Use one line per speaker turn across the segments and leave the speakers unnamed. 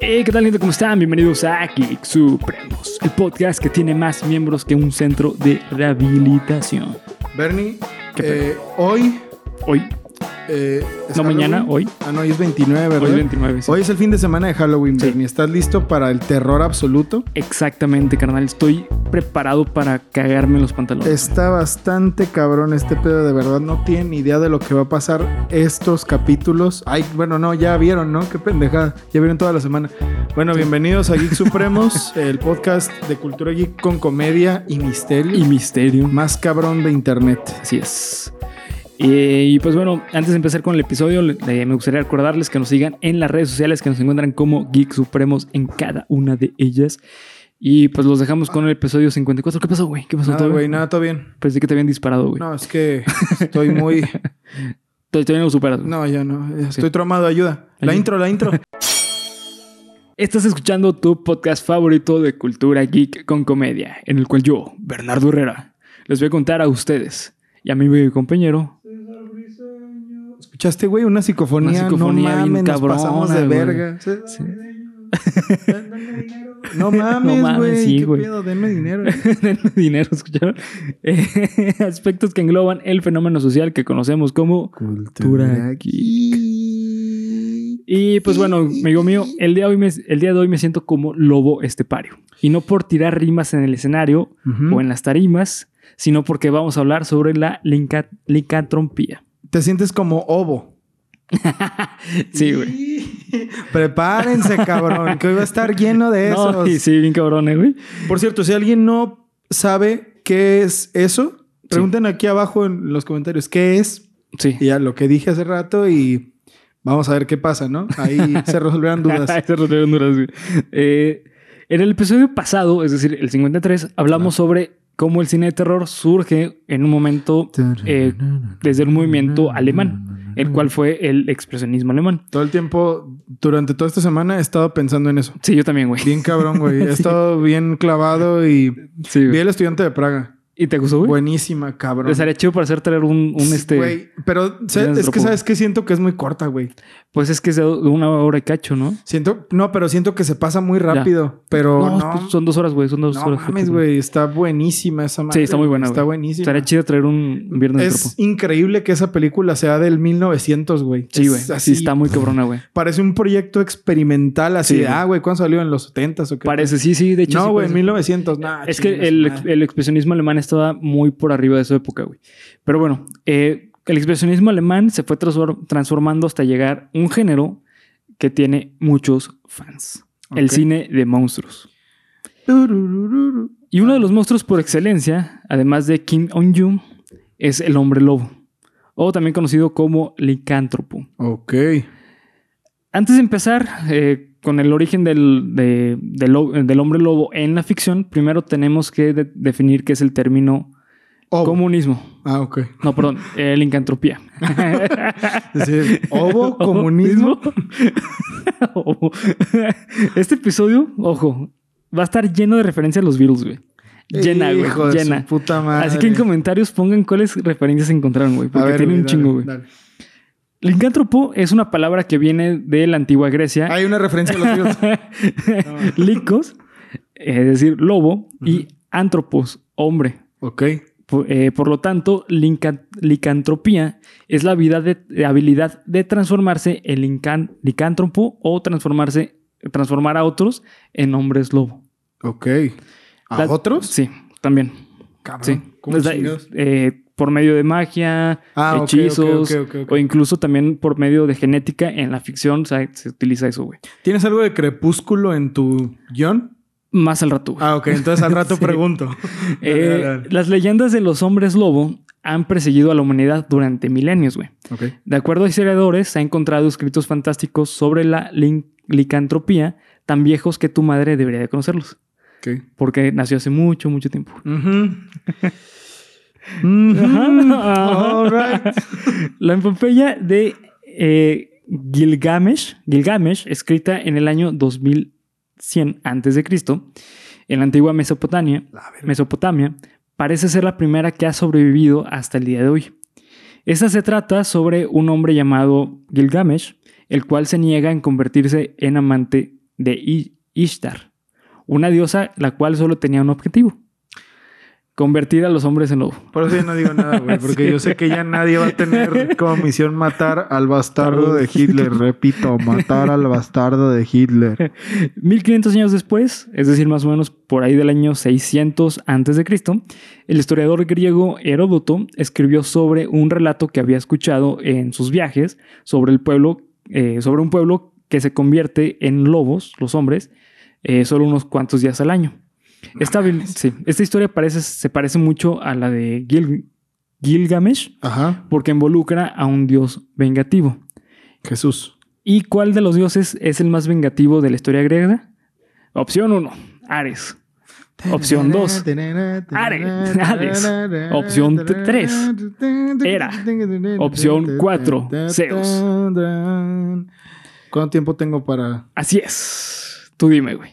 Hey, ¿qué tal, gente? ¿Cómo están? Bienvenidos a Geek Supremos, el podcast que tiene más miembros que un centro de rehabilitación.
Bernie,
¿Qué pedo?
eh, hoy.
Hoy,
eh, es
No, mañana,
Halloween.
hoy.
Ah, no, hoy es 29, ¿verdad?
hoy 29. sí.
Hoy es el fin de semana de Halloween,
Sí.
Bernie. ¿Estás listo para el terror absoluto?
Exactamente, carnal. Estoy preparado para cagarme los pantalones.
Está bastante cabrón este pedo, de verdad. No tienen idea de lo que va a pasar estos capítulos. Ay, bueno, no, ya vieron, ¿no? Qué pendejada. Ya vieron toda la semana. Bueno, bienvenidos a Geek Supremos, el podcast de cultura geek con comedia y misterio.
Y misterio.
más cabrón de internet.
Así es. Eh, Y pues bueno, antes de empezar con el episodio, le- eh, me gustaría recordarles que nos sigan en las redes sociales, que nos encuentran como Geek Supremos en cada una de ellas. Y pues los dejamos con el episodio 54. ¿Qué pasó, güey? ¿Qué pasó?
Nada,
¿Todo
güey,
bien?
nada, todo bien.
Pensé que te habían disparado, güey.
No, es que estoy muy.
Te- Todavía no lo superas. güey.
No, ya no. Estoy
Sí.
traumado, ayuda. La
Ayuda.
intro, la intro.
Estás escuchando tu podcast favorito de cultura geek con comedia, en el cual yo, Bernardo Herrera, les voy a contar a ustedes y a mi compañero.
¿Escuchaste, güey? Una psicofonía.
Una psicofonía
no
bien
mames, nos
cabrona,
pasamos de
güey.
verga.
Sí.
No mames,
No
güey.
mames, sí,
¿Qué
güey.
pedo? Denme dinero.
Denme dinero, ¿escucharon? Eh, aspectos que engloban el fenómeno social que conocemos como... Cultura
geek.
Y pues bueno, amigo mío, el día, de hoy me, el día de hoy me siento como lobo estepario. Y no por tirar rimas en el escenario
Ujú.
o en las tarimas, sino porque vamos a hablar sobre la linca- licantrompía.
Te sientes como ovo.
Sí, güey.
Prepárense, cabrón, que hoy va a estar lleno de esos.
No, y sí, bien cabrones, güey.
Por cierto, si alguien no sabe qué es eso, pregunten aquí abajo en los comentarios qué es
Sí.
y a lo que dije hace rato y vamos a ver qué pasa, ¿no? Ahí se resolverán dudas.
Ese roteo de Honduras, güey. Eh, en el episodio pasado, es decir, el 53, hablamos sobre cómo el cine de terror surge en un momento eh, desde el movimiento
Mm.
alemán, el cual fue el expresionismo alemán.
Todo el tiempo, durante toda esta semana, he estado pensando en eso.
Sí, yo también, güey.
Bien cabrón, güey. He estado bien clavado y
Sí,
vi
güey.
el estudiante de Praga.
¿Y te gustó, güey?
Buenísima, cabrón.
Les haría chido para hacer traer un, un, este.
Güey, pero ¿sabes?
Gran
es que
tropo.
sabes que siento que es muy corta, güey.
Pues es que es de una hora y cacho, ¿no?
Siento, no, pero siento que se pasa muy rápido. Pero
No,
no,
pues son dos horas, güey. Son dos
No
horas.
mames, güey. Está buenísima esa madre.
está muy buena,
Está
güey.
buenísima.
Estaría chido traer un viernes de
es
tropo.
increíble que esa película sea del 1900, güey.
Sí,
Es
güey.
Así
Sí, está muy cabrona, güey.
Parece un proyecto experimental
Sí,
así de,
güey.
ah, güey, ¿cuándo salió? ¿En los 70s o qué?
Parece, sí, sí. De hecho, sí
no, güey,
parece.
en 1900. Nah,
Es que
chingas,
el,
Ah, madre.
el expresionismo alemán estaba muy por arriba de su época, güey. Pero bueno, eh, el expresionismo alemán se fue transfor- transformando hasta llegar un género que tiene muchos fans. El
Ok.
cine de monstruos.
Tururururu.
Y uno de los monstruos por excelencia, además de Kim On-Jung, es el hombre lobo. O también conocido como licántropo.
Ok.
Antes de empezar eh, con el origen del, de- del lo- del hombre lobo en la ficción, primero tenemos que de- definir qué es el término
Ovo.
comunismo.
Ah, ok.
No, perdón, eh, lincantropía.
Es decir, ovo, comunismo.
Ovo. este episodio, ojo, va a estar lleno de referencias a los Beatles, güey. Llena, güey,
Hijo de su
llena.
puta madre.
Así que en comentarios pongan cuáles referencias encontraron, güey, porque tienen
güey,
un
dale,
chingo, güey.
dale.
Lincántropo es una palabra que viene de la antigua Grecia.
Hay una referencia a los Beatles.
Licos, es decir, lobo, y antropos, hombre.
ok.
Por, eh, por lo tanto, linca- licantropía es la habilidad de, de habilidad de transformarse en lincan- licántropo o transformarse, transformar a otros en hombres lobo.
Ok. ¿A
La-
otros?
Sí, también.
Cabrón.
Sí.
¿Cómo
Es la-
chingados?
eh, por medio de magia,
Ah, ok, ok,
hechizos,
ok, ok, ok.
o incluso también por medio de genética en la ficción, o sea, se utiliza eso, güey.
¿Tienes algo de crepúsculo en tu guión?
Más al rato, güey.
Ah, ok. Entonces al rato
Sí.
pregunto. Dale,
Eh,
dale, dale.
Las leyendas de los hombres lobo han perseguido a la humanidad durante milenios, güey.
Ok.
De acuerdo a historiadores, se han encontrado escritos fantásticos sobre la lin- licantropía tan viejos que tu madre debería de conocerlos,
Ok.
porque nació hace mucho, mucho tiempo. Ajá.
All right.
La epopeya de eh, Gilgamesh, Gilgamesh, escrita en el año 2100 a.C., en la antigua Mesopotamia,
La verga.
Mesopotamia, parece ser la primera que ha sobrevivido hasta el día de hoy. Esta se trata sobre un hombre llamado Gilgamesh, el cual se niega en convertirse en amante de I- Ishtar, una diosa la cual solo tenía un objetivo, convertir a los hombres en lobo.
Por eso yo no digo nada, güey, porque
Sí.
yo sé que ya nadie va a tener como misión matar al bastardo de Hitler. Repito, matar al bastardo de Hitler.
1500 años después, es decir, más o menos por ahí del año 600 antes de Cristo, el historiador griego Heródoto escribió sobre un relato que había escuchado en sus viajes sobre el pueblo, eh, sobre un pueblo que se convierte en lobos, los hombres, eh, solo unos cuantos días al año. Esta, vil- sí, esta historia parece, se parece mucho a la de Gil- Gilgamesh
Ajá,
porque involucra a un dios vengativo.
Jesús.
¿Y cuál de los dioses es el más vengativo de la historia griega? Opción 1, Ares. Opción dos, Ares. Hades. Opción t- tres, Hera. Opción cuatro, Zeus.
¿Cuánto tiempo tengo para...?
Así es. Tú dime, güey.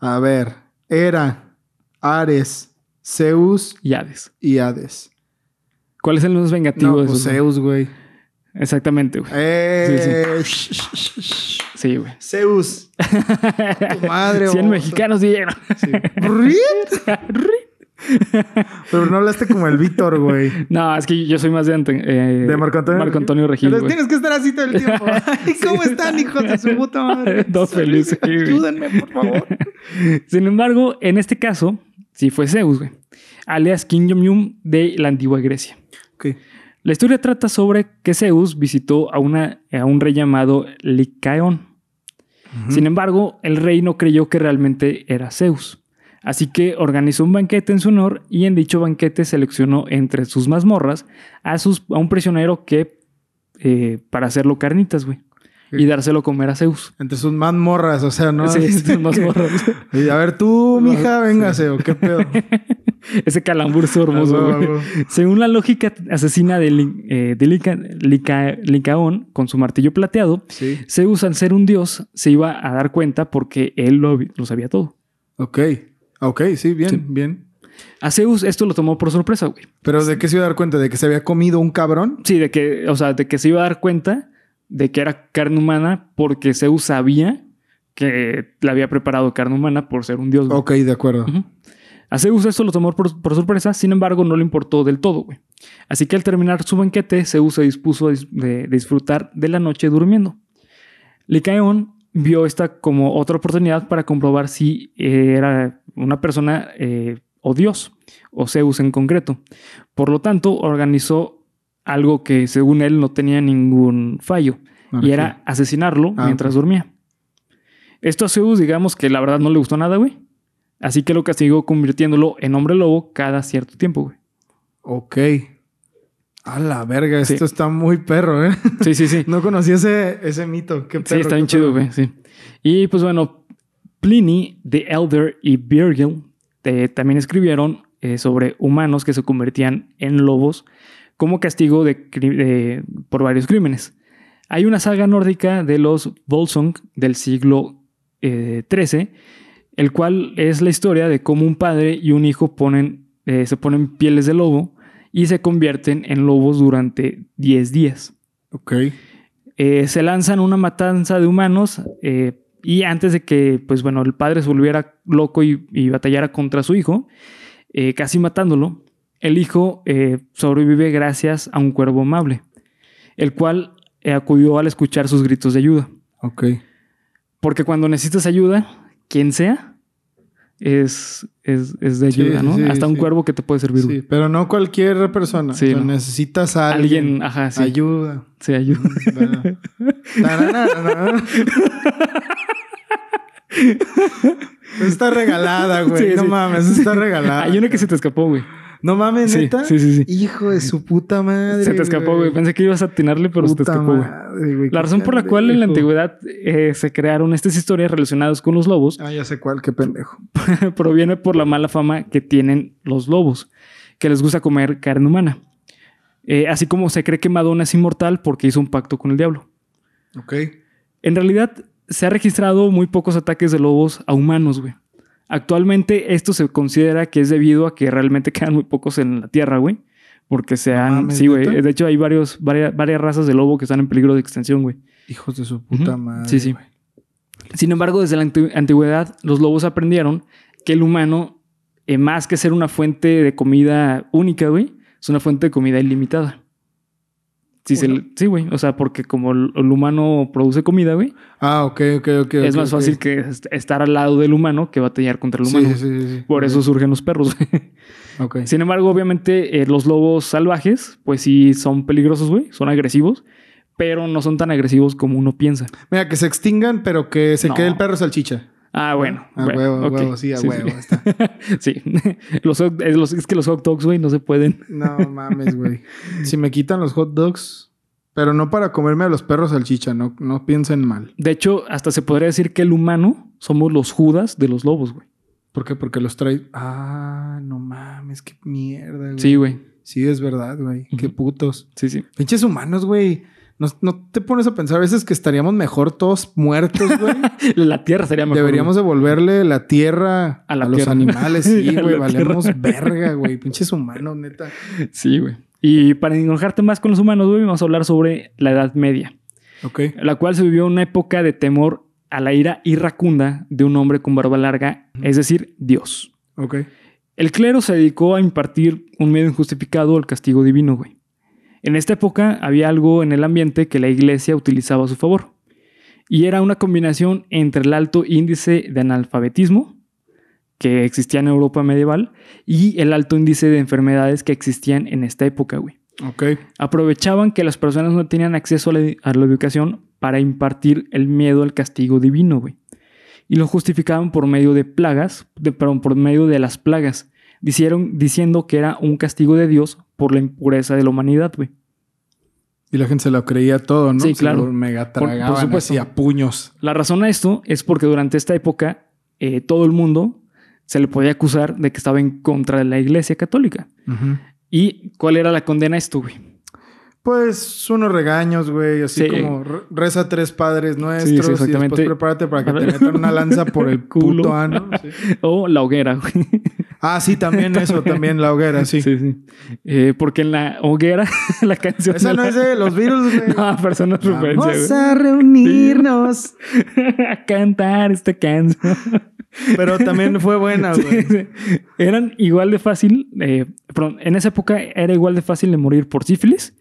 A ver, Hera, Ares, Zeus
Y Hades.
y Hades.
¿Cuál es el más vengativo
No,
de
pues
esos?
Zeus, güey.
Exactamente, güey.
Eh, sh- sh- sh- sh-
Sí, güey.
Zeus. Tu madre,
100
baboso.
mexicanos dijeron.
Sí. Rit. Pero no hablaste como el Víctor, güey.
No, es que yo soy más de, Ante- eh,
De Marco Antonio.
Marco Antonio Regil,
Pero
güey.
Tienes que estar así todo el tiempo. Ay, ¿Cómo
Sí.
están, hijos de su puta madre?
Todo feliz, sí, güey.
Ayúdenme, por favor.
Sin embargo, en este caso, sí fue Zeus, güey. Alias King Jong-un de la antigua Grecia.
Ok.
La historia trata sobre que Zeus visitó a, una, a un rey llamado Licaón. Sin em- embargo, el rey no creyó que realmente era Zeus. Así que organizó un banquete en su honor y en dicho banquete seleccionó entre sus mazmorras a, sus, a un prisionero que eh, para hacerlo carnitas, güey. Y dárselo a comer a Zeus.
Entre sus mazmorras, o sea, ¿no?
Sí, sus mazmorras.
Y a ver, tú, mija, véngase, o qué pedo.
Ese calambur estuvo hermoso,
Ah,
güey.
huevo.
Según la lógica asesina de, Li- eh, de Lica- Lica- Licaón con su martillo plateado,
Sí.
Zeus, al ser un dios, se iba a dar cuenta porque él lo, lo sabía todo.
Ok. Ok, sí, bien,
Sí.
bien.
A Zeus esto lo tomó por sorpresa, güey.
Pero ¿de qué se iba a dar cuenta? ¿De que se había comido un cabrón?
Sí, de que, o sea, de que se iba a dar cuenta de que era carne humana porque Zeus sabía que le había preparado carne humana por ser un dios. güey.
Ok, de acuerdo.
Ujú. A Zeus esto lo tomó por, por sorpresa, sin embargo, no le importó del todo, güey. Así que al terminar su banquete, Zeus se dispuso a dis- de, de disfrutar de la noche durmiendo. Licaón vio esta como otra oportunidad para comprobar si eh, era una persona eh, o Dios, o Zeus en concreto. Por lo tanto, organizó algo que según él no tenía ningún fallo, y era asesinarlo
Ah,
mientras dormía. Esto a Zeus, digamos que la verdad no le gustó nada, güey. Así que lo castigó convirtiéndolo en hombre lobo cada cierto tiempo, güey.
Ok. A la verga,
Sí.
esto está muy perro, ¿eh?
Sí, sí, sí.
No conocí ese, ese mito. Qué
Sí,
perro,
está
qué
bien chido,
perro.
güey. Sí. Y pues bueno, Pliny, The Elder y Virgil eh, también escribieron eh, sobre humanos que se convertían en lobos como castigo de, cri- de- por varios crímenes. Hay una saga nórdica de los Volsung del siglo eh, XIII, el cual es la historia de cómo un padre y un hijo ponen, eh, se ponen pieles de lobo y se convierten en lobos durante 10 días.
Ok.
Eh, se lanzan una matanza de humanos eh, y antes de que, pues bueno, el padre se volviera loco y, y batallara contra su hijo, eh, casi matándolo, el hijo eh, sobrevive gracias a un cuervo amable, el cual eh, acudió al escuchar sus gritos de ayuda.
Ok.
Porque cuando necesitas ayuda, quien sea, es, es, es de
Sí,
ayuda, ¿no?
sí,
Hasta un
sí.
cuervo que te puede servir.
Sí,
güey.
pero no cualquier persona.
Sí,
O sea,
no.
Necesitas a alguien.
Alguien, ajá, sí.
Ayuda. Mm,
Sí, ayuda.
Va. Tararara. está regalada,
Sí,
güey. no
sí.
mames, está regalada.
Hay una que se te escapó, güey.
No mames,
Sí,
Ah, neta.
sí, sí, sí.
Hijo de su puta madre.
Se te escapó, güey. Pensé que ibas a atinarle, pero se te
Puta
escapó, güey.
madre, güey,
La
qué
razón por la cual en la
pendejo.
antigüedad eh, se crearon estas historias relacionadas con los lobos
Ah, ya sé cuál, qué pendejo. Ah.
proviene por la mala fama que tienen los lobos, que les gusta comer carne humana. Eh, así como se cree que Madonna es inmortal porque hizo un pacto con el diablo.
Ok.
En realidad, se ha registrado muy pocos ataques de lobos a humanos, güey. Actualmente esto se considera que es debido a que realmente quedan muy pocos en la Tierra, güey. Porque se han...
mames,
sí, güey.
¿neta?
De hecho, hay varios, varias, varias razas de lobo que están en peligro de extinción, güey.
Hijos de su puta
Ujú.
madre.
Sí, sí.
güey.
Sin embargo, desde la anti- antigüedad, los lobos aprendieron que el humano, eh, más que ser una fuente de comida única, güey, es una fuente de comida ilimitada. Sí, se
Bueno.
le- sí, güey. O sea, porque como el, el humano produce comida, güey,
Ah, ok, ok, ok.
es más fácil que est- estar al lado del humano que batallar contra el humano.
Sí,
güey.
sí, sí, sí.
Por eso surgen los perros. güey.
Ok.
Sin embargo, obviamente, eh, los lobos salvajes, pues sí son peligrosos, güey. Son agresivos, pero no son tan agresivos como uno piensa.
Mira, que se extingan, pero que se
No.
quede el perro salchicha.
Ah, bueno.
A
bueno,
huevo, a
ok.
huevo, sí, a huevo.
Sí, Sí. Los, hot- eh, los- es que los hot dogs, güey, no se pueden.
No mames, güey. si me quitan los hot dogs, pero no para comerme a los perros salchicha, no, no piensen mal.
De hecho, hasta se podría decir que el humano somos los judas de los lobos, güey.
¿Por qué? Porque los trae. Ah, no mames, qué mierda, güey.
Sí, güey.
Sí, es verdad, güey. Qué
Ujú.
putos.
Sí, sí.
Pinches humanos, güey. No, no te pones a pensar a veces que estaríamos mejor todos muertos, güey.
La tierra sería mejor.
Deberíamos devolverle la tierra
A
a,
la
los
tierra.
animales, sí,
A la
güey.
tierra.
Valemos verga, güey. Pinches humanos, neta.
güey. Sí, güey. Y para enojarte más con los humanos, güey, vamos a hablar sobre la Edad Media,
Ok.
la cual se vivió una época de temor a la ira iracunda de un hombre con barba larga,
Ujú.
es decir, Dios.
Ok.
El clero se dedicó a impartir un miedo injustificado al castigo divino, güey. En esta época había algo en el ambiente que la iglesia utilizaba a su favor. Y era una combinación entre el alto índice de analfabetismo que existía en Europa medieval y el alto índice de enfermedades que existían en esta época, güey.
Ok.
Aprovechaban que las personas no tenían acceso a la, edu- a la educación para impartir el miedo al castigo divino, güey. Y lo justificaban por medio de plagas, de, perdón, por medio de las plagas. Dicieron, diciendo que era un castigo de Dios por la impureza de la humanidad, güey.
Y la gente se lo creía todo, ¿no?
Sí,
Se
claro.
lo mega
por
tragaban por,
supuesto.
así a puños.
La razón a esto es porque durante esta época eh, todo el mundo se le podía acusar de que estaba en contra de la Iglesia Católica. ¿Y cuál era la condena a esto, güey?
Pues unos regaños, güey, así
Sí.
como re- reza a tres padres nuestros
Sí, sí,
y
exactamente.
después prepárate para que
Para-
te metan una lanza por el
Culo.
puto ano. sí.
O la hoguera, güey.
Ah, sí, también eso, también la hoguera, sí.
Sí, sí. Eh, porque en la hoguera, la canción.
Esa no
la-
es de los virus, güey.
No, personas
Vamos
referencia,
a reunirnos.
güey. A cantar este esta canción.
Pero también fue buena, güey.
Sí, sí. Eran igual de fácil. eh, perdón, en esa época era igual de fácil de morir por sífilis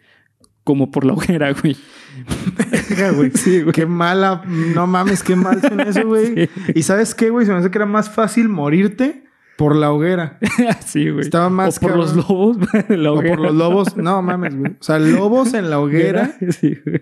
como por la hoguera, güey.
Verga, güey.
Sí, güey.
Qué mala, no mames, qué mal son eso, güey.
Sí.
Y sabes qué, güey, se me hace que era más fácil morirte por la hoguera.
Sí, güey.
Estaba más
o por los
cabrón.
lobos. la
O por
hoguera.
los lobos. No mames, güey. O sea, lobos en la hoguera
Sí, güey.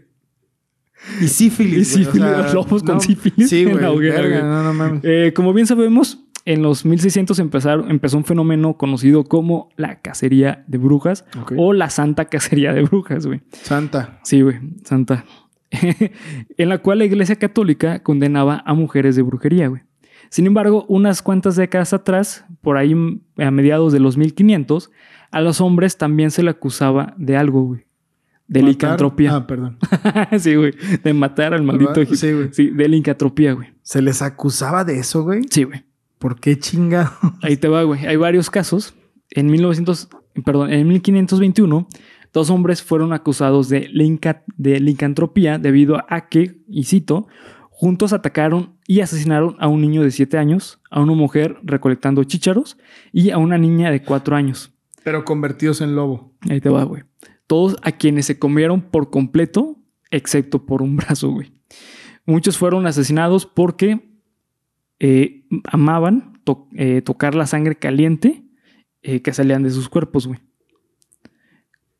y sífilis.
Y sífilis,
güey. O sea,
los lobos con
no-
sífilis
Sí,
en
güey.
la hoguera,
verga,
güey.
No, no mames.
Eh, como bien sabemos, en los 1600 empezaron, empezó un fenómeno conocido como la cacería de brujas
Ok.
o la santa cacería de brujas, güey.
Oh. Santa.
Sí, güey, santa. en la cual la iglesia católica condenaba a mujeres de brujería, güey. Sin embargo, unas cuantas décadas atrás, por ahí mm, a mediados de los 1500, a los hombres también se le acusaba de algo, güey. De
Matar-
licantropía.
Ah, perdón.
sí, güey. De matar al maldito. egip-
Sí, güey.
Sí, de licantropía, güey.
Se les acusaba de eso, güey.
Sí, güey.
¿Por qué chingado?
Ahí te va, güey. Hay varios casos. En 1900, perdón, en 1521, dos hombres fueron acusados de, linca- de lincantropía debido a que, y cito, juntos atacaron y asesinaron a un niño de 7 años, a una mujer recolectando chícharos y a una niña de 4 años.
Pero convertidos en lobo.
Ahí te va, güey. Todos a quienes se comieron por completo, excepto por un brazo, güey. Muchos fueron asesinados porque eh, amaban to- eh, tocar la sangre caliente eh, que salían de sus cuerpos, güey.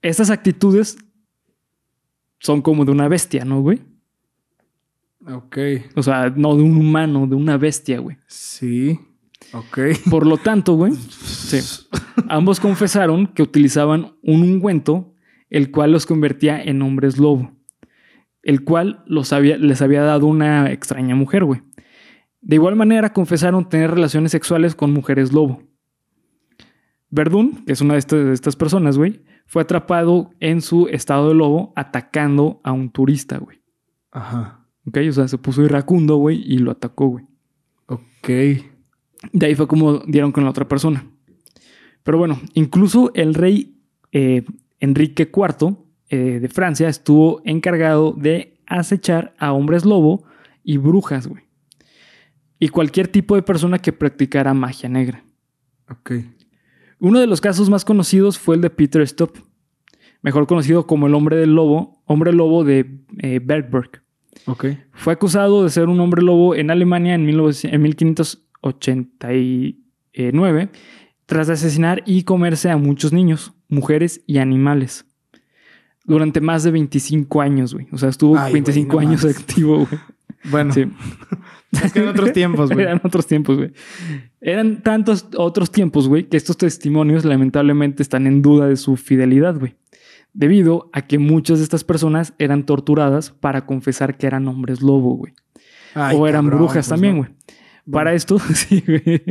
Estas actitudes son como de una bestia, ¿no, güey?
Ok.
O sea, no de un humano, de una bestia, güey.
Sí. Ok.
Por lo tanto, güey,
Sí.
ambos confesaron que utilizaban un ungüento, el cual los convertía en hombres lobo, el cual los había- les había dado una extraña mujer, güey. De igual manera, confesaron tener relaciones sexuales con mujeres lobo. Verdún, que es una de estas, de estas personas, güey, fue atrapado en su estado de lobo atacando a un turista, güey.
Ajá.
¿Ok? O sea, se puso iracundo, güey, y lo atacó, güey.
Ok.
De ahí fue como dieron con la otra persona. Pero bueno, incluso el rey eh, Enrique IV eh, de Francia estuvo encargado de acechar a hombres lobo y brujas, güey. y cualquier tipo de persona que practicara magia negra.
Ok.
Uno de los casos más conocidos fue el de Peter Stopp, mejor conocido como el hombre del lobo, hombre lobo de eh, Bergberg.
Ok.
Fue acusado de ser un hombre lobo en Alemania en, 1900 en 1589 tras asesinar y comerse a muchos niños, mujeres y animales. Durante más de 25 años, güey. O sea, estuvo
Ay, güey,
25
no
años
mames.
activo, güey.
Bueno,
Sí.
es que en otros tiempos, güey.
Eran otros tiempos, güey. Eran tantos otros tiempos, güey, que estos testimonios lamentablemente están en duda de su fidelidad, güey. Debido a que muchas de estas personas eran torturadas para confesar que eran hombres lobo, güey.
Ay,
o eran
cabrón,
brujas
pues
también,
no.
güey. Para esto, sí, güey.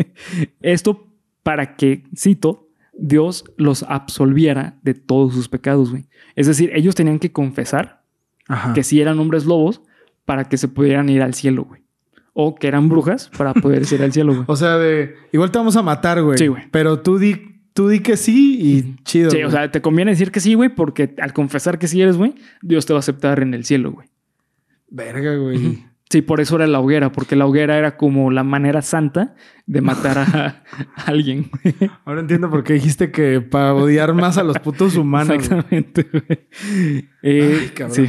Esto para que, cito, Dios los absolviera de todos sus pecados, güey. Es decir, ellos tenían que confesar
Ajá.
que sí eran hombres lobos para que se pudieran ir al cielo, güey. O que eran brujas para poder ir al cielo, güey.
O sea, de igual te vamos a matar, güey.
Sí, güey.
Pero tú di, tú di que sí y chido.
Sí, o
güey.
sea, te conviene decir que sí, güey, porque al confesar que sí eres, güey, Dios te va a aceptar en el cielo, güey.
Verga, güey.
Ujú. Sí, por eso era la hoguera, porque la hoguera era como la manera santa de matar a, a alguien. güey.
Ahora entiendo por qué dijiste que para odiar más a los putos humanos. güey.
Exactamente, güey. Eh,
Ay, cabrón.
sí.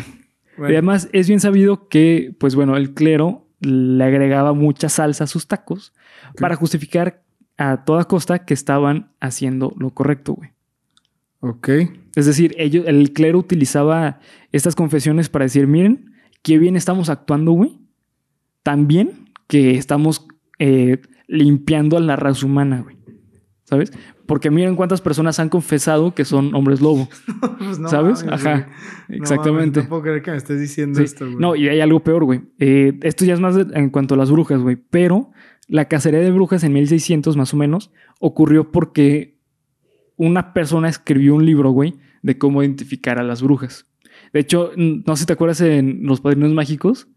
Bueno,
Y además es bien sabido que, pues bueno, el clero le agregaba mucha salsa a sus tacos
Ok.
para justificar a toda costa que estaban haciendo lo correcto, güey.
Ok.
Es decir, ellos, el clero utilizaba estas confesiones para decir, miren, qué bien estamos actuando, güey. Tan bien que estamos eh, limpiando a la raza humana, güey. ¿Sabes? Porque miren cuántas personas han confesado que son hombres lobo,
Pues no
¿sabes?
mames,
Ajá,
güey. No mames,
exactamente.
No, puedo creer que me estés diciendo
Sí.
esto, güey.
No, y hay algo peor, güey. Eh, esto ya es más de- en cuanto a las brujas, güey. Pero la cacería de brujas en 1600, más o menos, ocurrió porque una persona escribió un libro, güey, de cómo identificar a las brujas. De hecho, n- no sé si te acuerdas en Los Padrinos Mágicos,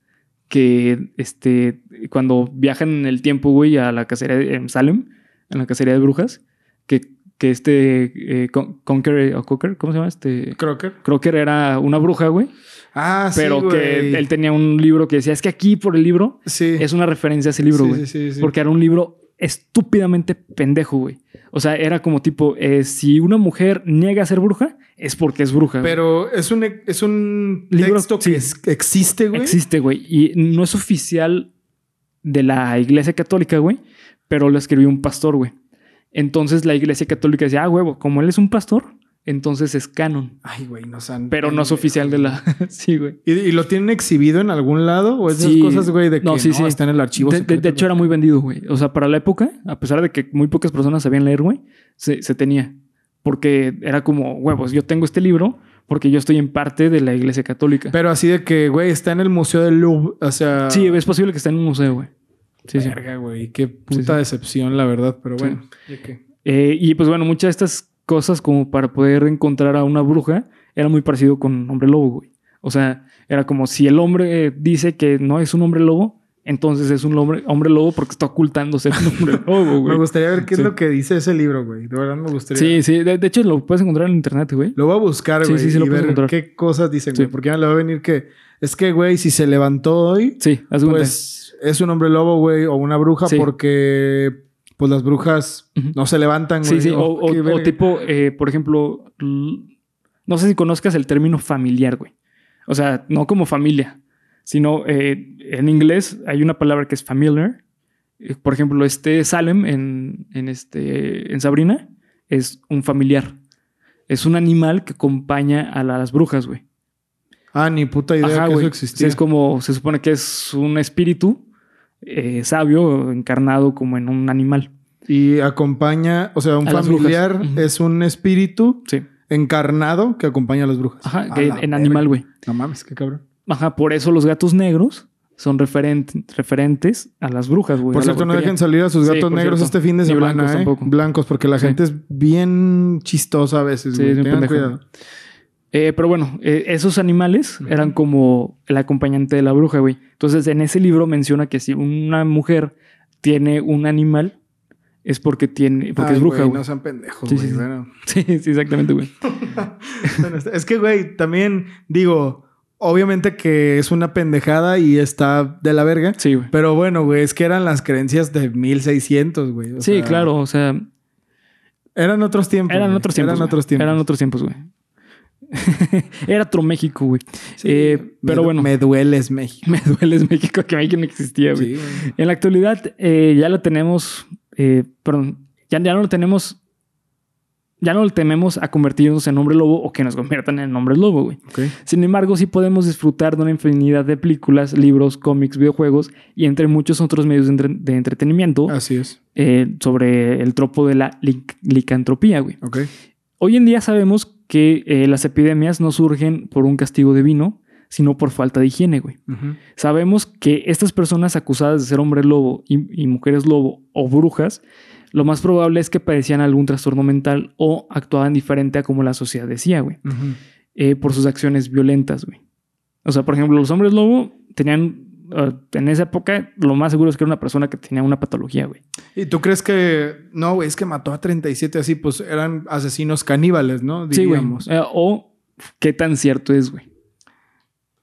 que este, cuando viajan en el tiempo, güey, a la cacería de en Salem, en la cacería de brujas, que, que este eh, Con- Conker, o Cocker, ¿cómo se llama? Este,
Crocker.
Crocker era una bruja, güey
Ah, sí.
pero que
güey.
él tenía un libro que decía, es que aquí por el libro
Sí.
es una referencia a ese libro,
Sí,
güey.
sí, sí, sí.
Porque era un libro estúpidamente pendejo, güey. O sea, era como tipo, eh, si una mujer niega a ser bruja, es porque es bruja. güey.
Pero es un, e-, es un
Libro-
texto que
sí.
es- que existe, güey.
Existe, güey. Y no es oficial de la iglesia católica, güey. Pero lo escribió un pastor, güey. Entonces la iglesia católica decía, ah, huevo, como él es un pastor, entonces es canon.
Ay, güey, no san-
Pero no es oficial de la... sí, güey.
¿Y, y lo tienen exhibido en algún lado? ¿O esas
Sí.
cosas, güey, de que
No,
no,
sí, sí.
está en el archivo?
De, de-
secreto,
de hecho,
güey?
era muy vendido, güey. O sea, para la época, a pesar de que muy pocas personas sabían leer, güey, se, se tenía. Porque era como, huevos, yo tengo este libro porque yo estoy en parte de la iglesia católica.
Pero así de que, güey, está en el Museo del Louvre. O sea...
sí, es posible que esté en un museo, güey. Sí, sí.
Verga, güey. Qué puta
Sí, sí.
decepción, la verdad. Pero
Sí.
bueno. ¿ya qué?
Eh, y pues bueno, muchas de estas cosas, como para poder encontrar a una bruja, era muy parecido con un hombre lobo, güey. O sea, era como si el hombre eh, dice que no es un hombre lobo, entonces es un hombre, hombre lobo porque está ocultando ser un hombre lobo,
Me
güey.
gustaría ver qué
Sí.
es lo que dice ese libro, güey. De verdad me gustaría.
Sí, sí. De, de hecho, lo puedes encontrar en internet, güey.
Lo voy a buscar,
Sí,
güey.
sí, sí, lo
y
puedes
ver
encontrar.
qué cosas dicen,
Sí.
güey. Porque ya le va a venir que... Es que, güey, si se levantó hoy...
Sí, haz de cuenta.
Pues es un hombre lobo, güey, o una bruja,
Sí.
porque pues las brujas
Ujú.
no se levantan, güey.
Sí, sí. O,
Oh,
o-
qué
o
verga.
tipo, eh, por ejemplo, l- no sé si conozcas el término familiar, güey. O sea, no como familia, sino eh, en inglés hay una palabra que es familiar. Eh, Por ejemplo, este Salem en, en este, en Sabrina es un familiar. Es un animal que acompaña a las brujas, güey.
Ah, ni puta idea
Ajá,
que
güey.
eso
Sí,
existía.
es como, se supone que es un espíritu eh, sabio encarnado como en un animal.
Y acompaña, o sea, un
A las
familiar
brujas. Ujú.
es un espíritu
Sí.
encarnado que acompaña a las brujas.
Ajá,
A
que
la
en
verga.
animal, güey.
No mames, qué cabrón.
Ajá, por eso los gatos negros son referen- referentes a las brujas, güey.
por
a la
cierto, no
brujería.
dejen salir a sus
Sí,
gatos
por
negros
cierto.
este fin de
Ni
semana,
blancos
blancos,
tampoco.
blancos porque la
Sí.
gente es bien chistosa a veces,
Sí,
güey.
es bien
Tengan
pendeja.
cuidado.
Eh, pero bueno, eh, esos animales
Ujú.
eran como el acompañante de la bruja, güey. Entonces, en ese libro menciona que si una mujer tiene un animal, es porque tiene, porque
Ay,
es bruja,
güey,
güey.
No sean pendejos,
Sí,
güey.
sí, sí.
bueno.
Sí, sí, exactamente, güey.
Bueno, está- es que, güey, también digo, Obviamente que es una pendejada y está de la verga.
Sí, güey.
Pero bueno, güey, es que eran las creencias de 1600, güey. o
Sí,
sea,
claro, o sea,
Eran otros tiempos.
eran
güey,
otros tiempos.
Eran
güey.
otros tiempos.
Eran eh, otros tiempos, güey. Era otro México, güey.
Sí,
Eh,
me
pero
du-
bueno.
Me dueles, México.
Me duele es México que México no existía, güey.
Sí, güey.
En la actualidad eh, ya la tenemos, eh, perdón, ya, ya no lo tenemos, ya no lo tememos a convertirnos en hombre lobo o que nos conviertan en hombres lobo, güey.
Ok.
Sin embargo, sí podemos disfrutar de una infinidad de películas, libros, cómics, videojuegos y entre muchos otros medios de, entre- de entretenimiento
Así es.
eh, sobre el tropo de la lic- licantropía, güey.
Ok.
Hoy en día sabemos que eh, las epidemias no surgen por un castigo divino, sino por falta de higiene, güey.
Ujú.
Sabemos que estas personas acusadas de ser hombres lobo y, y mujeres lobo o brujas, lo más probable es que padecían algún trastorno mental o actuaban diferente a como la sociedad decía, güey,
Ujú.
eh, por sus acciones violentas, güey. O sea, por ejemplo, los hombres lobo tenían, eh, en esa época, lo más seguro es que era una persona que tenía una patología, güey.
¿Y tú crees que no, güey, es que mató a 37 así, pues eran asesinos caníbales, ¿no?
Sí, güey.
Diríamos.
Eh, o qué tan cierto es, güey.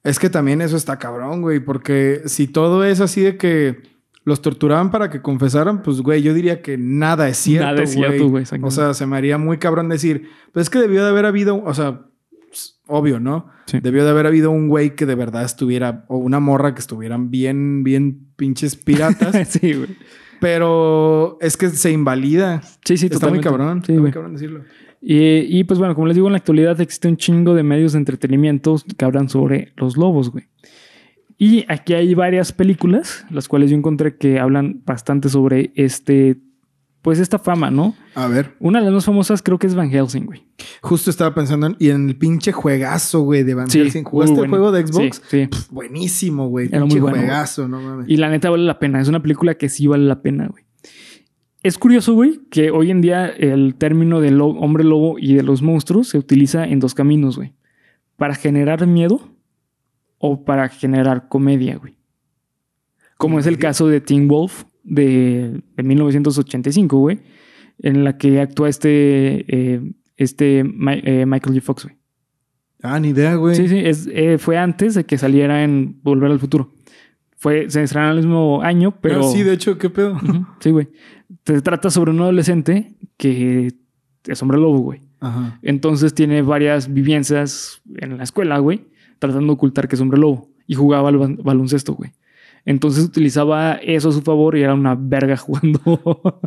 Es que también eso está cabrón, güey, porque si todo es así de que los torturaban para que confesaran, pues, güey, yo diría que nada es cierto.
Nada es cierto, güey, exactamente.
O sea, se me haría muy cabrón decir, pues es que debió de haber habido, o sea, pues, obvio, ¿no?
Sí.
Debió de haber habido un güey que de verdad estuviera, o una morra que estuvieran bien, bien pinches piratas,
sí, güey.
pero es que se invalida.
Sí, sí,
está muy
totalmente.
cabrón,
Sí,
está muy
güey.
cabrón decirlo.
Y, y, pues bueno, como les digo, en la actualidad existe un chingo de medios de entretenimiento que hablan sobre los lobos, güey. Y aquí hay varias películas, las cuales yo encontré que hablan bastante sobre este, pues esta fama, ¿no?
A ver.
Una de las más famosas creo que es Van Helsing, güey.
Justo estaba pensando en, y en el pinche juegazo, güey, de Van
Sí,
Helsing.
muy
¿Jugaste el
bueno.
juego de Xbox?
Sí, sí.
Pff, buenísimo, güey.
Era
Pinche
muy bueno,
juegazo, no mames.
Y la neta vale la pena, es una película que sí vale la pena, güey. Es curioso, güey, que hoy en día el término del lo- hombre lobo y de los monstruos se utiliza en dos caminos, güey. Para generar miedo o para generar comedia, güey. Como es el
Comedia.
caso de Teen Wolf de, de 1985, güey. En la que actúa este, eh, este Mi- eh, Michael J. Fox, güey.
Ah, ni idea, güey.
Sí, sí, es, eh, fue antes de que saliera en Volver al Futuro. Fue, se estrenaron el mismo año, pero...
pero... Ah, sí, de hecho, ¿qué pedo?
Ujú, sí, güey. Se trata sobre un adolescente que es hombre lobo, güey.
Ajá.
Entonces tiene varias vivencias en la escuela, güey, tratando de ocultar que es hombre lobo. Y jugaba al ban- baloncesto, güey. Entonces utilizaba eso a su favor y era una verga jugando.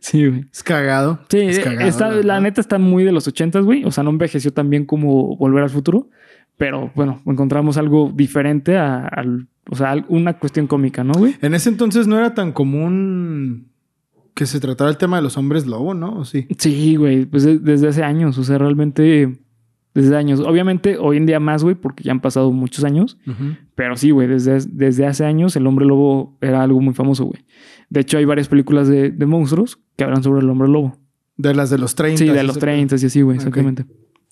sí, güey.
Es cagado.
Sí, eh,
es cagado,
está- la,
verdad.
neta está muy de los ochentas, güey. O sea, no envejeció tan bien como Volver al Futuro. Pero bueno, encontramos algo diferente a, al- o sea, al- una cuestión cómica, ¿no, güey?
En ese entonces no era tan común que se tratara el tema de los hombres lobo, ¿no? ¿O sí?
Sí, güey. Pues de- desde hace años. O sea, realmente desde años. Obviamente hoy en día más, güey, porque ya han pasado muchos años. Pero sí, güey, desde, desde hace años el hombre lobo era algo muy famoso, güey. De hecho, hay varias películas de, de monstruos que hablan sobre el hombre lobo.
De las de los 30.
Sí, de
ese
los
pedo.
30 y así, güey,
Ok.
exactamente.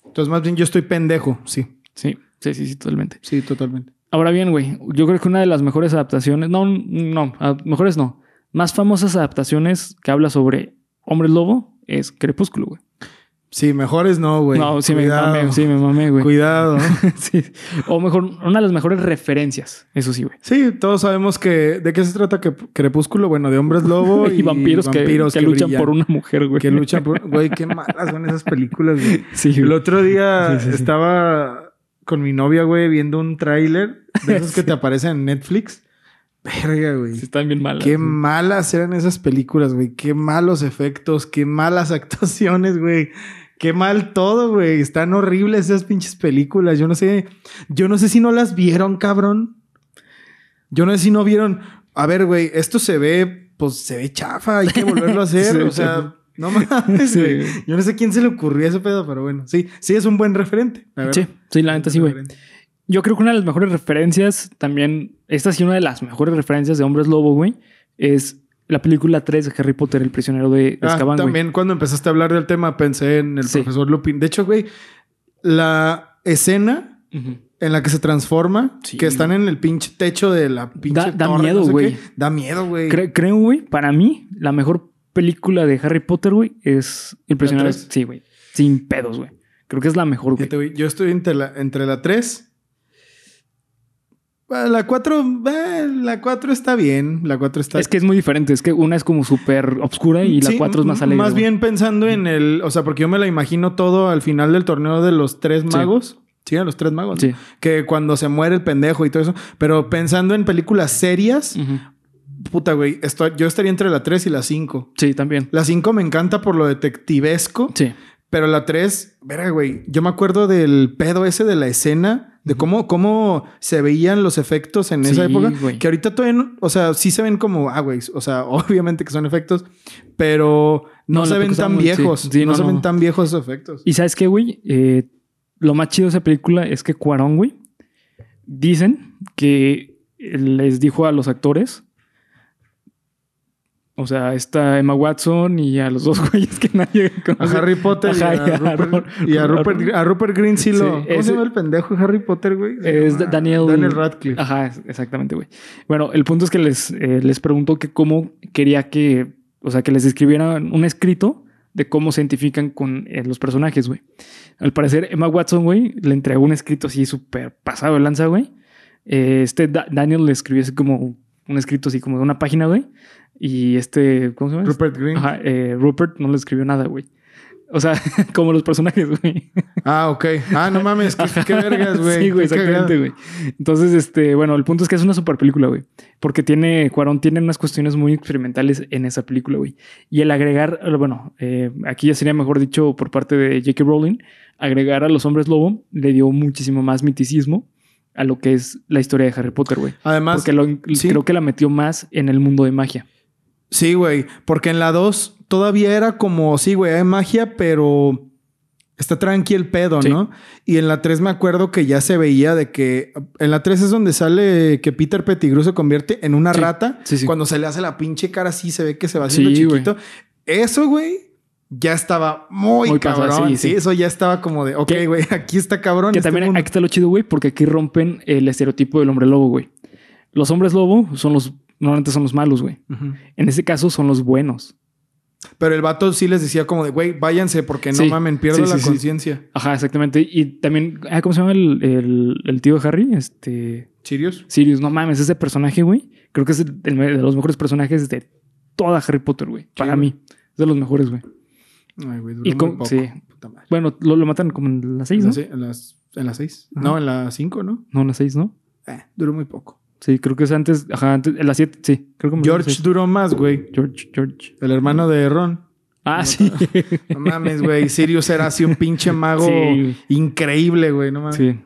Entonces, más bien yo estoy pendejo. Sí,
Sí, sí, sí, sí, totalmente.
sí, totalmente.
Ahora bien, güey, yo creo que una de las mejores adaptaciones, no, no, a- mejores no, más famosas adaptaciones que habla sobre hombres lobo es Crepúsculo, güey.
Sí, mejores no, güey.
No, sí
Cuidado.
me mamé, sí me mamé, güey.
Cuidado.
Sí. O mejor, una de las mejores referencias, eso sí, güey.
Sí, todos sabemos que de qué se trata que Crepúsculo, bueno, de hombres lobo
Y, vampiros, que- que, luchan
brillan.
por una mujer, güey.
que luchan por, güey, qué malas son esas películas, güey.
Sí,
El
güey.
otro día
Sí, sí, sí.
estaba con mi novia, güey, viendo un tráiler de esos que te aparecen en Netflix. Verga, güey.
Sí, están bien malas.
Qué
güey.
malas eran esas películas, güey. Qué malos efectos, qué malas actuaciones, güey. Qué mal todo, güey. Están horribles esas pinches películas. Yo no sé, yo no sé si no las vieron, cabrón. Yo no sé si no vieron. A ver, güey, esto se ve, pues se ve chafa, hay que volverlo a hacer.
Sí,
o sea, no mames,
Sí,
güey.
güey.
Yo no sé quién se le ocurrió ese pedo, pero bueno, sí, sí es un buen referente. la verdad.
Sí, sí, la neta sí, güey.
Referente.
Yo creo que una de las mejores referencias también, esta sí una de las mejores referencias de Hombres Lobo, güey, es la película 3 de Harry Potter, El prisionero de, de
Ah,
Azkaban, güey.
también cuando empezaste a hablar del tema pensé en el
Sí.
profesor Lupin. De hecho, güey, la escena
Ujú.
en la que se transforma,
Sí,
que están en el pinche techo de la pinche
Da- da
torre,
miedo,
no sé
güey.
qué. Da miedo, güey.
Cre- creo, güey, para mí, la mejor película de Harry Potter, güey, es El prisionero.
tres?
Sí, güey. Sin pedos, güey. Creo que es la mejor, güey.
Fíjate, güey, Yo estoy entre la, entre la 3 La 4, la 4 está bien. La 4 está
Es que es muy diferente. Es que una es como súper obscura y la
Sí,
cuatro es más alegre.
Más
güey.
bien pensando en el. O sea, porque yo me la imagino todo al final del torneo de los tres magos. Sí, a los tres magos. ¿no?
Sí.
Que cuando se muere el pendejo y todo eso. Pero pensando en películas serias,
Ujú.
puta, güey, esto- yo estaría entre la 3 y la 5.
Sí, también.
La 5 me encanta por lo detectivesco.
Sí.
Pero la 3, verga, güey. Yo me acuerdo del pedo ese de la escena, de cómo, cómo se veían los efectos en esa
Sí,
época.
güey.
Que ahorita todavía, no- o sea, sí se ven como, ah, güey. O sea, obviamente que son efectos, pero no,
No, en la
se ven
época
tan
estaban muy-
viejos.
sí, sí,
no,
no,
se ven
no.
tan viejos esos efectos.
Y sabes qué, güey? Eh, lo más chido de esa película es que Cuarón, güey, dicen que les dijo a los actores, o sea, está Emma Watson y a los dos güeyes que nadie
A
conoce.
Harry Potter
Ajá,
y, a Rupert, y a Rupert, a Rupert Green sí lo.
Sí,
¿Cómo se
ese-
llama el pendejo de Harry Potter, güey? Se
Es
llama
Daniel-
Daniel Radcliffe.
Ajá, es- exactamente, güey. Bueno, el punto es que les, eh, les preguntó que cómo quería que, o sea, que les escribieran un escrito de cómo se identifican con eh, los personajes, güey. Al parecer, Emma Watson, güey, le entregó un escrito así súper pasado de lanza, güey. Eh, este Da- Daniel le escribió así como un escrito así como de una página, güey. Y este, ¿cómo se llama?
Rupert Green.
Ajá, eh, Rupert no le escribió nada, güey. O sea, como los personajes, güey.
Ah, ok. Ah, no mames. Qué, qué vergas, güey.
Sí, güey,
Qué cagado.
exactamente, güey. Entonces, este, bueno, el punto es que es una super película, güey. Porque tiene, Cuarón tiene unas cuestiones muy experimentales en esa película, güey. Y el agregar, eh, bueno, eh, aquí ya sería mejor dicho por parte de J.K. Rowling, agregar a los hombres lobo le dio muchísimo más miticismo a lo que es la historia de Harry Potter, güey.
Además,
Porque lo-
sí.
creo que la metió más en el mundo de magia.
Sí, güey. Porque en la 2 todavía era como, sí, güey, hay magia, pero está tranqui el pedo,
Sí.
¿no? Y en la 3 me acuerdo que ya se veía de que. En la 3 es donde sale que Peter Pettigrew se convierte en una
Sí.
rata.
Sí, sí.
Cuando se le hace la pinche cara así, se ve que se va haciendo
Sí, güey.
chiquito. Eso, güey. Ya estaba muy,
Muy
cabrón.
pasado, sí,
sí,
sí.
eso ya estaba como de, ok,
Que-
güey, aquí está cabrón.
Que
este
también
mundo.
aquí está lo chido, güey, porque aquí rompen el estereotipo del hombre lobo, güey. Los hombres lobo son los, normalmente son los malos, güey.
Ujú.
En este caso son los buenos.
Pero el vato sí les decía como de, güey, váyanse porque no
Sí.
mamen, pierdo
Sí,
la
sí, sí.
conciencia.
Ajá, exactamente. Y también, ah, ¿cómo se llama el, el- el tío de Harry? Este.
¿Sirius?
Sirius, no mames, ese personaje, güey. Creo que es el- el me- de los mejores personajes de toda Harry Potter, güey. Para
güey.
mí. Es de los mejores, güey.
Ay, güey, duró
Y
muy
con-
poco.
sí.
Puta madre.
Bueno, lo, lo matan como en las seis, ¿no?
En la se- En las, en las seis.
Ajá.
No, en las cinco, ¿no?
No, en las seis, ¿no?
Eh, duró muy poco.
Sí, creo que es antes. Ajá, antes. En las siete, sí. Creo que como en las
George
seis.
duró más, güey.
George, George.
El hermano de Ron.
Ah, sí.
No mames, güey. Sirius era así un pinche mago
Sí.
increíble, güey. No mames.
Sí.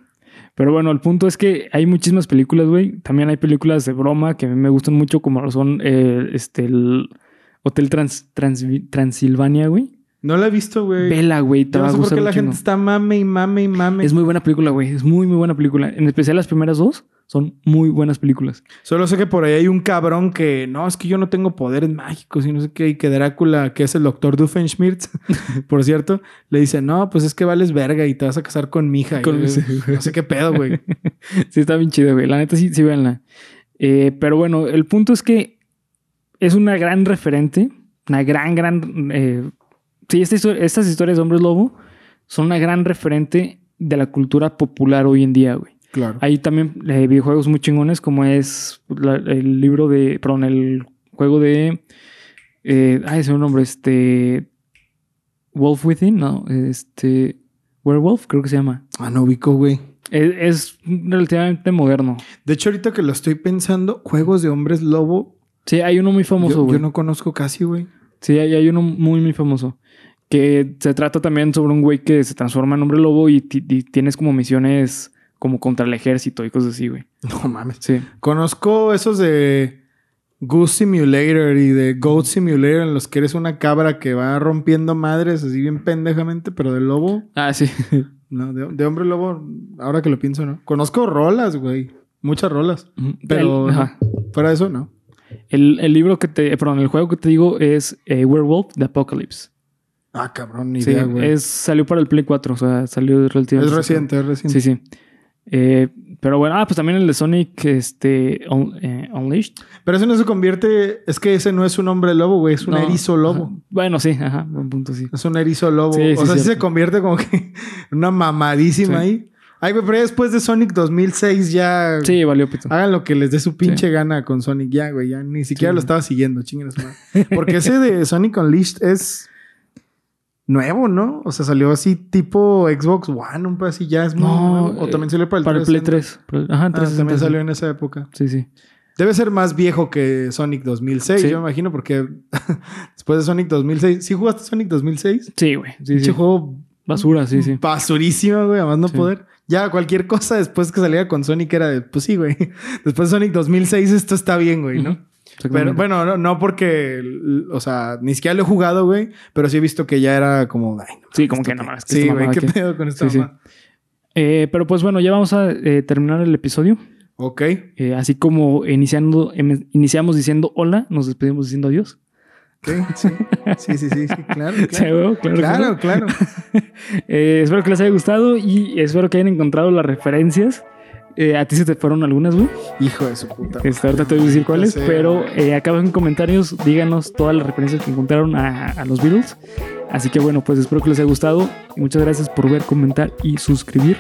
Pero bueno, el punto es que hay muchísimas películas, güey. También hay películas de broma que a mí me gustan mucho, como lo son eh, este, el Hotel Trans- Transvi- Transilvania, güey.
No la he visto, güey.
Vela, güey. Te
Yo
va
no
a
sé por
gustar
qué
un
la gente
chingo.
está mame y mame y mame.
Es muy buena película, güey. Es muy, muy buena película. En especial las primeras dos son muy buenas películas.
Solo sé que por ahí hay un cabrón que no, es que yo no tengo poderes mágicos y no sé qué, y que Drácula, que es el doctor Doofenshmirtz, por cierto, le dice, no, pues es que vales verga y te vas a casar con mi hija. Y
Con-
yo, no sé qué pedo, güey.
Sí, está bien chido, güey. La neta, sí, sí, véanla. Eh, pero bueno, el punto es que es una gran referente. Una gran, gran. eh, sí, esta histo- estas historias de hombres lobo son una gran referente de la cultura popular hoy en día, güey.
Claro.
Hay también eh, videojuegos muy chingones, como es la- el libro de. Perdón, el juego de. Eh, ay, ese es un nombre, este. Wolf Within, no, este. Werewolf, creo que se llama.
Ah, no ubico, güey.
Es, es relativamente moderno.
De hecho, ahorita que lo estoy pensando, juegos de hombres lobo,
Sí, hay uno muy famoso,
yo,
güey.
yo no conozco casi, güey.
Sí, hay, hay uno muy, muy famoso. Que se trata también sobre un güey que se transforma en hombre lobo y, ti- y tienes como misiones como contra el ejército y cosas así, güey.
No mames.
Sí.
Conozco esos de Goose Simulator y de Goat Simulator en los que eres una cabra que va rompiendo madres así bien pendejamente, pero de lobo,
Ah, sí.
no, de, de hombre lobo, ahora que lo pienso, ¿no? Conozco rolas, güey. Muchas rolas. Pero-
El, ajá.
Fuera de eso, no.
El- el libro que te... eh, Perdón, el juego que te digo es eh, Werewolf The Apocalypse.
Ah, cabrón, ni
sí,
idea, güey. Es,
es, salió para el Play 4. O sea, salió relativamente...
reciente, es reciente.
Sí, sí. Eh, pero bueno, ah, pues también el de Sonic este, Un- eh, Unleashed.
Pero eso no se convierte, es que ese no es un hombre lobo, güey, es un
No,
erizo
ajá.
lobo.
Bueno, sí, ajá, buen punto, sí.
Es un erizo lobo.
Sí, sí,
o sea, sí
cierto.
se convierte como que en una mamadísima
Sí.
ahí. Ay, güey, pero ya después de Sonic 2006 ya...
Sí, valió pito.
Hagan lo que les dé su pinche gana con Sonic ya, güey. Ya ni siquiera
Sí.
lo estaba siguiendo, chinguen a su madre. Porque ese de Sonic Unleashed es nuevo, ¿no? O sea, salió así tipo Xbox One, un poco así ya es muy
No,
nuevo. O
eh,
también salió para el
Para el Play 3. Ajá,
Ah,
entonces
también salió en esa época.
Sí, sí.
Debe ser más viejo que Sonic 2006,
Sí.
yo me imagino, porque después de Sonic 2006... ¿Sí jugaste Sonic 2006?
Sí, güey. Sí,
Pinche
sí.
juego
Basura, sí, sí.
basurísima, güey, además no
Sí.
poder. Ya cualquier cosa después que saliera con Sonic era de, pues sí, güey. Después de Sonic 2006 esto está bien, güey, ¿no?
Ujú.
Pero bueno, no, no porque, l- o sea, ni siquiera lo he jugado, güey, pero sí he visto que ya era como, ay, no.
Sí, como
¿esto
que no
qué?
mames. que
Sí,
esta
güey,
mamada
qué
aquí.
pedo con esta
Sí, sí.
mamá.
Eh, pero pues bueno, ya vamos a eh, terminar el episodio.
Ok.
Eh, así como iniciando, em- iniciamos diciendo hola, nos despedimos diciendo adiós.
ok, sí. Sí, sí, sí, sí, claro.
Sí,
Claro,
güey, claro que
claro. claro.
no. Eh, espero que les haya gustado y espero que hayan encontrado las referencias. Eh, a ti se te fueron algunas, güey.
Hijo de su puta. madre.
Este, ahorita te voy a decir cuáles,
sé.
pero eh, acá abajo en comentarios díganos todas las referencias que encontraron a, a los Beatles. Así que bueno, pues espero que les haya gustado. Y muchas gracias por ver, comentar y suscribir.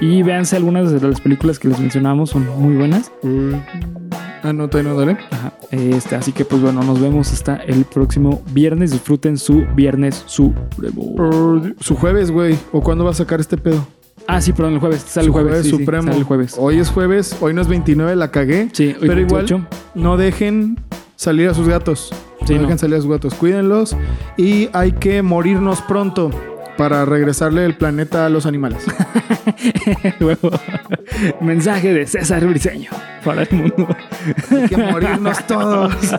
Y véanse algunas de las películas que les mencionamos, son muy buenas.
Ah, no, todavía no, dale.
Ajá. Este, así que pues bueno, nos vemos hasta el próximo viernes. Disfruten su viernes supremo.
Por su jueves, güey. ¿O cuándo va a sacar este pedo?
Ah, sí, perdón, el jueves. Sale el
Su
jueves. Oh. sí, sí,
supremo.
sale el jueves.
Hoy es jueves, hoy no es 29, la cagué.
Sí, hoy
Pero igual,
28.
no dejen salir a sus gatos.
Sí, no.
no, dejen salir a sus gatos. Cuídenlos y hay que morirnos pronto para regresarle el planeta a los animales.
Huevo. Mensaje de César Briseño para el mundo.
hay que morirnos todos.